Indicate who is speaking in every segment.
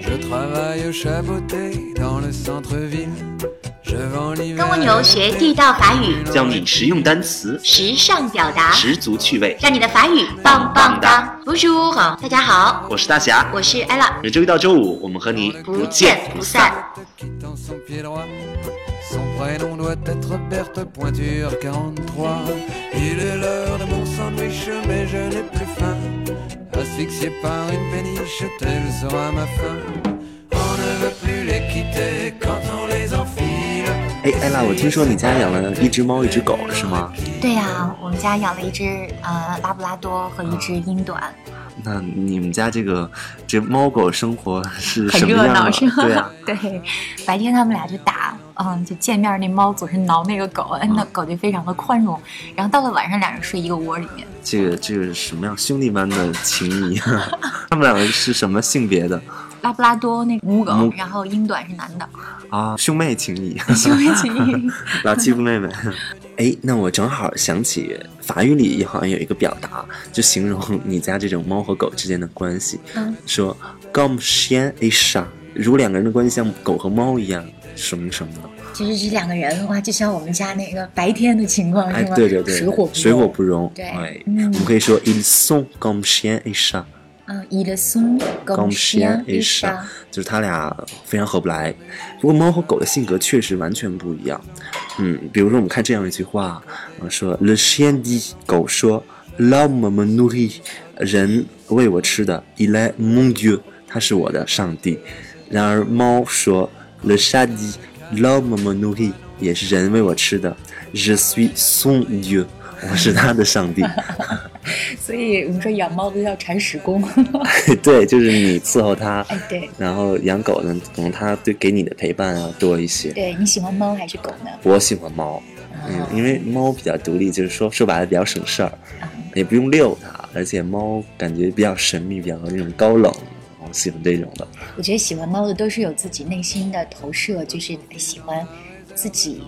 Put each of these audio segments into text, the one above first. Speaker 1: Je travaille au chaboté dans le centre-ville. Je vends l'hiver.
Speaker 2: 跟蜗牛学地道法语，
Speaker 3: 将你实用单词
Speaker 2: 时尚表达，
Speaker 3: 十足趣味。
Speaker 2: 让你的法语棒棒
Speaker 3: 棒
Speaker 2: 哒
Speaker 3: 哒
Speaker 2: ！Bonjour，大家好，
Speaker 3: 我是大侠，
Speaker 2: 我是 Ella，
Speaker 3: 每周一到周五，我们和你
Speaker 2: 不见不散。
Speaker 1: Quittant son pied droit. Son prénom doit être Berthe Pointure 43. Il est l'heure de mon sandwich, mais je n'ai plus faim. Asphyxié par une péniche, telle sera ma fin. On ne veut plus les quitter quand on les enfile.
Speaker 4: 哎，艾拉，我听说你家养了一只猫，一只狗，是吗？
Speaker 5: 对呀、我们家养了一只呃拉布拉多和一只英短，
Speaker 4: 嗯那你们家这个这猫狗生活是什
Speaker 5: 很
Speaker 4: 么
Speaker 5: 热
Speaker 4: 样
Speaker 5: 闹
Speaker 4: 的？
Speaker 5: 是吗？
Speaker 4: 对啊，
Speaker 5: 对白天他们俩就打，嗯，就见面那猫总是挠那个狗，哎
Speaker 4: 嗯
Speaker 5: 那狗就非常的宽容，然后到了晚上俩人睡一个窝里面，
Speaker 4: 这个这个是什么样兄弟般的情谊？啊 他们两个是什么性别的
Speaker 5: 拉布拉多那母狗，
Speaker 4: 母
Speaker 5: 然后英短是男的，
Speaker 4: 啊？兄妹情谊，
Speaker 5: 兄妹 情谊。
Speaker 4: 老欺负妹妹。哎，那我正好想起法语里好像有一个表达，就形容你家这种猫和狗之间的关系，
Speaker 5: 嗯
Speaker 4: 说 “comme chien et chat”，如果两个人的关系像狗和猫一样，什么什么的。
Speaker 5: 就是这两个人的话，就像我们家那个白天的情况
Speaker 4: 哎，对对对，水火不容。
Speaker 5: 对
Speaker 4: 哎
Speaker 5: 嗯
Speaker 4: 我们可以说 ils sont comme chien et chat，
Speaker 5: 啊，伊的松
Speaker 4: comme chien et chat，就是
Speaker 5: 啊
Speaker 4: 他俩非常合不来。不过猫和狗的性格确实完全不一样。嗯，比如说我们看这样一句话，呃说 le chien dit，狗说 l'homme me nourrit，人喂我吃的，il est mon Dieu，他是我的上帝。然而猫说 le chat dit l'homme me nourrit，也是人喂我吃的，je suis son Dieu，我是他的上帝。
Speaker 5: 所以我们说养猫都要铲屎工。
Speaker 4: 对，就是你伺候它。
Speaker 5: 哎，对
Speaker 4: 然后养狗呢，可能它对给你的陪伴要多一些。
Speaker 5: 对，你喜欢猫还是狗呢？
Speaker 4: 我喜欢猫，嗯，因为猫比较独立，就是说说白了比较省事儿，也不用遛它，而且猫感觉比较神秘，比较那种高冷，我喜欢这种的。
Speaker 5: 我觉得喜欢猫的都是有自己内心的投射，就是喜欢自己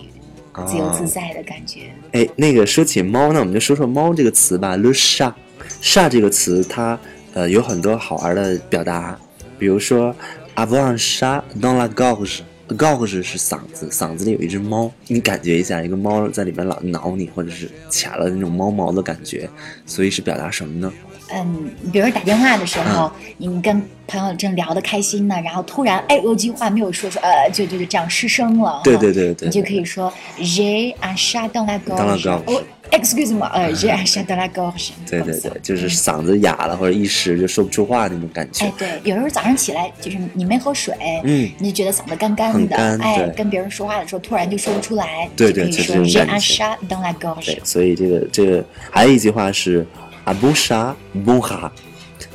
Speaker 4: 啊
Speaker 5: 自由自在的感觉。
Speaker 4: 哎，那个说起猫呢，我们就说说猫这个词吧。le chat，chat 这个词它呃有很多好玩的表达，比如说 avoir un chat dans la gorge。gorge 是嗓子，嗓子里有一只猫，你感觉一下，一个猫在里面老挠你，或者是卡了那种猫毛的感觉，所以是表达什么呢？
Speaker 5: 嗯，你比如说打电话的时
Speaker 4: 嗯
Speaker 5: 候，你跟朋友正聊得开心呢，然后突然哎有一句话没有说出，呃，就就是这样失声了。
Speaker 4: 对
Speaker 5: 哈
Speaker 4: 对对对，
Speaker 5: 哦你就可以说 j'ai un chat dans la
Speaker 4: la
Speaker 5: gorge。
Speaker 4: gorge 嗯
Speaker 5: 哦，excuse moi，呃，j'ai un chat dans la gorge。
Speaker 4: 对对对，就是嗓子哑了或者一时就说不出话那种感觉
Speaker 5: 哎，，对，有时候早上起来就是你没喝水，
Speaker 4: 嗯
Speaker 5: 你就觉得嗓子干干
Speaker 4: 很
Speaker 5: 的，
Speaker 4: 干
Speaker 5: 哎
Speaker 4: 对，
Speaker 5: 跟别人说话的时候突然就说不出来，
Speaker 4: 对对就
Speaker 5: 就可以
Speaker 4: 是
Speaker 5: 说
Speaker 4: 这
Speaker 5: j'ai
Speaker 4: 种
Speaker 5: un
Speaker 4: 感觉
Speaker 5: chat dans la gorge
Speaker 4: 对，。所以这个这个还有一句话是啊，bon chat bon ha，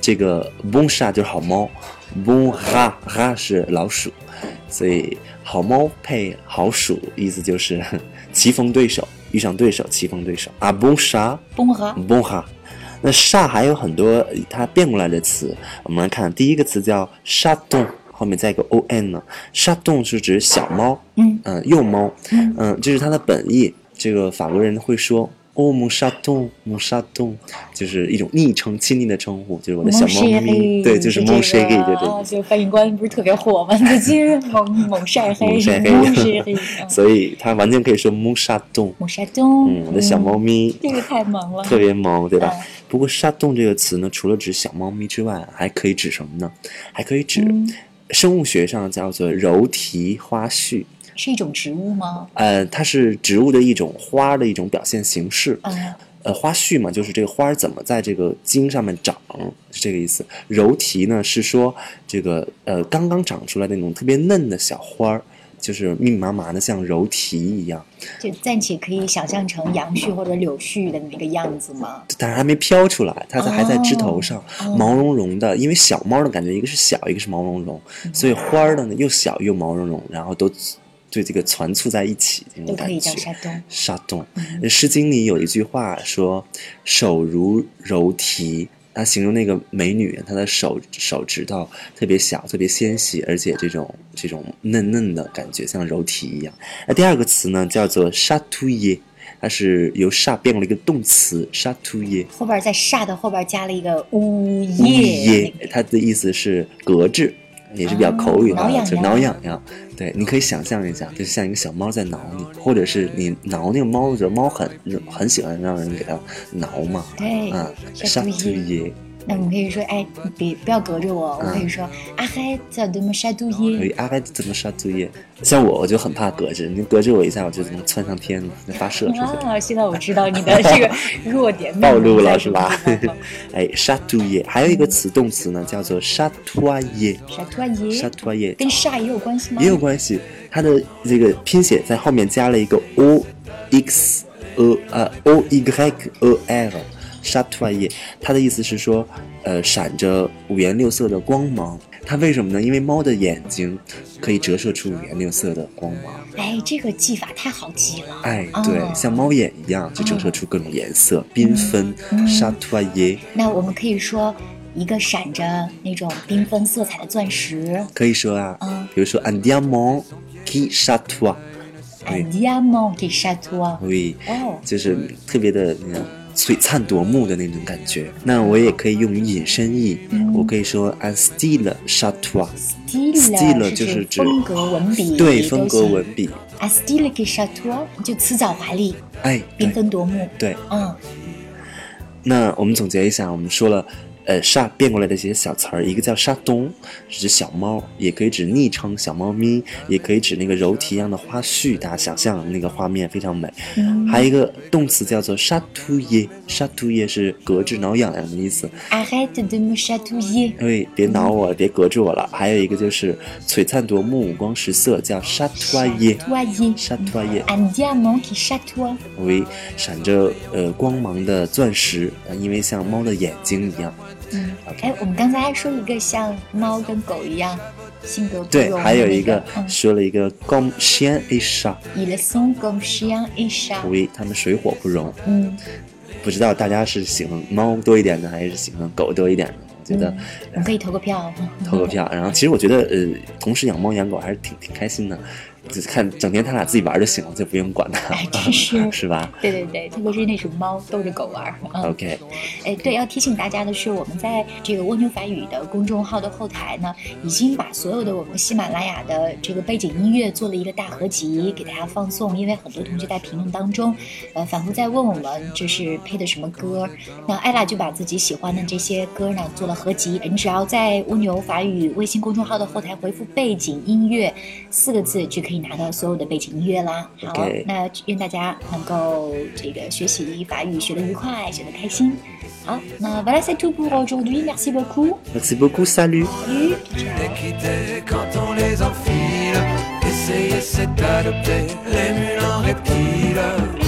Speaker 4: 这个 bon chat 就是好猫，bon ha ha 是老鼠，所以好猫配好鼠，意思就是 棋逢对手，遇上对手棋逢对手啊，bon chat
Speaker 5: 崩和
Speaker 4: bon ha。那 chat 还有很多它变过来的词，我们来看第一个词叫 chaton，后面再一个 o n 呢，chaton 是指小猫，
Speaker 5: 嗯
Speaker 4: 嗯、幼猫，
Speaker 5: 嗯
Speaker 4: 嗯、这是它的本意。这个法国人会说哦，母沙洞，母沙洞，就是一种昵称、亲昵的称呼，就是我的小猫咪，对，就是哦
Speaker 5: 蒙
Speaker 4: 蒙晒黑，对
Speaker 5: 啊，
Speaker 4: 对。
Speaker 5: 就翻译官不是特别火吗？最近 蒙蒙晒黑，
Speaker 4: 蒙晒黑
Speaker 5: 蒙晒黑，嗯
Speaker 4: 所以它完全可以说母沙洞，
Speaker 5: 蒙晒东，
Speaker 4: 嗯，我的小猫咪。
Speaker 5: 这个太萌了，
Speaker 4: 特别萌，对吧
Speaker 5: 嗯？
Speaker 4: 不过“沙洞”这个词呢，除了指小猫咪之外，还可以指什么呢？还可以指
Speaker 5: 嗯
Speaker 4: 生物学上叫做柔荑花序，
Speaker 5: 是一种植物吗？
Speaker 4: 呃，它是植物的一种花儿的一种表现形式。
Speaker 5: 啊，
Speaker 4: 呃，花序嘛，就是这个花儿怎么在这个茎上面长，是这个意思。柔荑呢，是说这个呃刚刚长出来那种特别嫩的小花儿，就是密密麻麻的，像柔荑一样，
Speaker 5: 就暂且可以想象成杨絮或者柳絮的那个样子吗？
Speaker 4: 但是还没飘出来，它在还在枝头上，
Speaker 5: 哦
Speaker 4: 毛茸茸的。因为小猫的感觉，一个是小，一个是毛茸茸，
Speaker 5: 嗯
Speaker 4: 所以花儿呢又小又毛茸茸，然后都对这个攒簇在一起，这
Speaker 5: 都
Speaker 4: 种
Speaker 5: 可
Speaker 4: 感
Speaker 5: 以叫
Speaker 4: 觉。
Speaker 5: 沙东。
Speaker 4: 沙洞。诗经里有一句话说：“手如柔荑。”它形容那个美女，她的手手指头特别小，特别纤细，而且这种这种嫩嫩的感觉，像柔荑一样。那第二个词呢，叫做沙突耶，它是由沙变过了一个动词沙突耶。
Speaker 5: 后边在“煞”的后边加了一个“呜
Speaker 4: 呜耶
Speaker 5: 咽”，
Speaker 4: 它的意思是隔置，也是比较口语化
Speaker 6: 啊挠
Speaker 4: 的，
Speaker 6: 痒
Speaker 4: 就是
Speaker 6: 痒
Speaker 4: 挠痒痒。对，你可以想象一下，就是像一个小猫在挠你，或者是你挠那个猫的时候，猫很很喜欢让人给它挠嘛。
Speaker 5: 对
Speaker 4: 啊，
Speaker 5: 小
Speaker 4: 上
Speaker 5: 兔
Speaker 4: 兔
Speaker 5: 一。
Speaker 4: 爷，
Speaker 5: 那我们可以说，哎，你别不要隔着我，我可以说，阿嗨，叫德么沙
Speaker 4: 嗯
Speaker 5: 杜
Speaker 4: 哦所以
Speaker 5: 耶，
Speaker 4: 哎阿该怎么上兔爷？像我，我就很怕隔着，你隔着我一下，我就能窜上 天了，就发射出去。
Speaker 5: 啊，现在我知道你的 这个弱点，
Speaker 4: 暴露了 是吧
Speaker 5: 暴 露了？
Speaker 4: 哎，沙兔耶，还有一个词动词呢，叫做沙兔啊耶，
Speaker 5: 沙兔耶
Speaker 4: 沙，兔啊耶，
Speaker 5: 跟煞也有关系吗？
Speaker 4: 也有关系。它的这个拼写在后面加了一个 o x e 啊 o y e r，沙兔啊耶，它的意思是说，呃，闪着五颜六色的光芒。它为什么呢？因为猫的眼睛可以折射出五颜六色的光芒。
Speaker 5: 哎，这个技法太好记了。
Speaker 4: 哎，
Speaker 5: 哦
Speaker 4: 对，像猫眼一样，就折射出各种颜色，缤纷。沙兔啊耶，
Speaker 5: 那我们可以说，一个闪着那种缤纷色彩的钻石
Speaker 4: 可以说啊，
Speaker 5: 嗯
Speaker 4: 比如说 un diamant qui chatoie，
Speaker 5: a
Speaker 4: 对
Speaker 5: n d i a m o n t qui c h a t o
Speaker 4: 会
Speaker 5: 哦
Speaker 4: 就是特别的那种璀璨夺目的那种感觉。那我也可以用于引申义，
Speaker 5: 嗯
Speaker 4: 我可以说 un style chatoie。
Speaker 5: style
Speaker 4: 就是指
Speaker 5: 风格文笔，
Speaker 4: 对，风格文笔，
Speaker 5: a style qui c h a t o 就辞藻华丽，
Speaker 4: 哎，
Speaker 5: 缤
Speaker 4: 对
Speaker 5: 纷夺目。
Speaker 4: 对。
Speaker 5: 嗯，
Speaker 4: 那我们总结一下，我们说了，呃，沙变过来的这些小词儿，一个叫沙东，是指小猫，也可以指昵称小猫咪，也可以指那个柔蹄一样的花絮，大家想象那个画面非常美。
Speaker 5: 嗯
Speaker 4: 还有一个动词叫做沙突耶，沙突耶是隔着挠痒痒的意思，
Speaker 5: arrête de me chatouiller，
Speaker 4: 因为别挠我了，别隔着我了。还有一个就是璀璨夺目、五光十色，叫沙突耶，沙突耶。
Speaker 5: un diamant qui chatoie，
Speaker 4: 为闪着呃光芒的钻石，呃因为像猫的眼睛一样。
Speaker 5: 哎，我们刚才还说一个像猫跟狗一样性格不
Speaker 4: 对，
Speaker 5: 容的那
Speaker 4: 还有一个
Speaker 5: 嗯
Speaker 4: 说了一个 gom xian i s h
Speaker 5: ils sont comme chien et chat，
Speaker 4: 为他们水火不容。
Speaker 5: 嗯，
Speaker 4: 不知道大家是喜欢猫多一点呢，还是喜欢狗多一点呢？我觉得
Speaker 5: 嗯我们可以投个票。
Speaker 4: 投 个
Speaker 5: 嗯
Speaker 4: 票。然后其实我觉得，呃，同时养猫养狗还是挺挺开心的，就是看整天他俩自己玩就行了，就不用管它，，
Speaker 5: 哎，真是
Speaker 4: 是吧
Speaker 5: 对对对，特别是那种猫逗着狗玩儿，嗯，
Speaker 4: ？OK，
Speaker 5: 哎，对，要提醒大家的是，我们在这个蜗牛法语的公众号的后台呢，已经把所有的我们喜马拉雅的这个背景音乐做了一个大合集，给大家放送。因为很多同学在评论当中，呃，反复在问我们这是配的什么歌，那艾拉就把自己喜欢的这些歌呢做了合集。你只要在蜗牛法语微信公众号的后台回复“背景音乐”四个字，就可以拿到所有的背景音乐啦。好啊
Speaker 4: OK
Speaker 5: 那愿大家能够这个学习法语学得愉快，学得开心。好，那 voilà c'est tout pour aujourd'hui. Merci beaucoup.
Speaker 4: merci beaucoup salut。
Speaker 5: Salut.
Speaker 1: les quitter quand on les enfile. Essayer c'est adopter les mules en reptiles.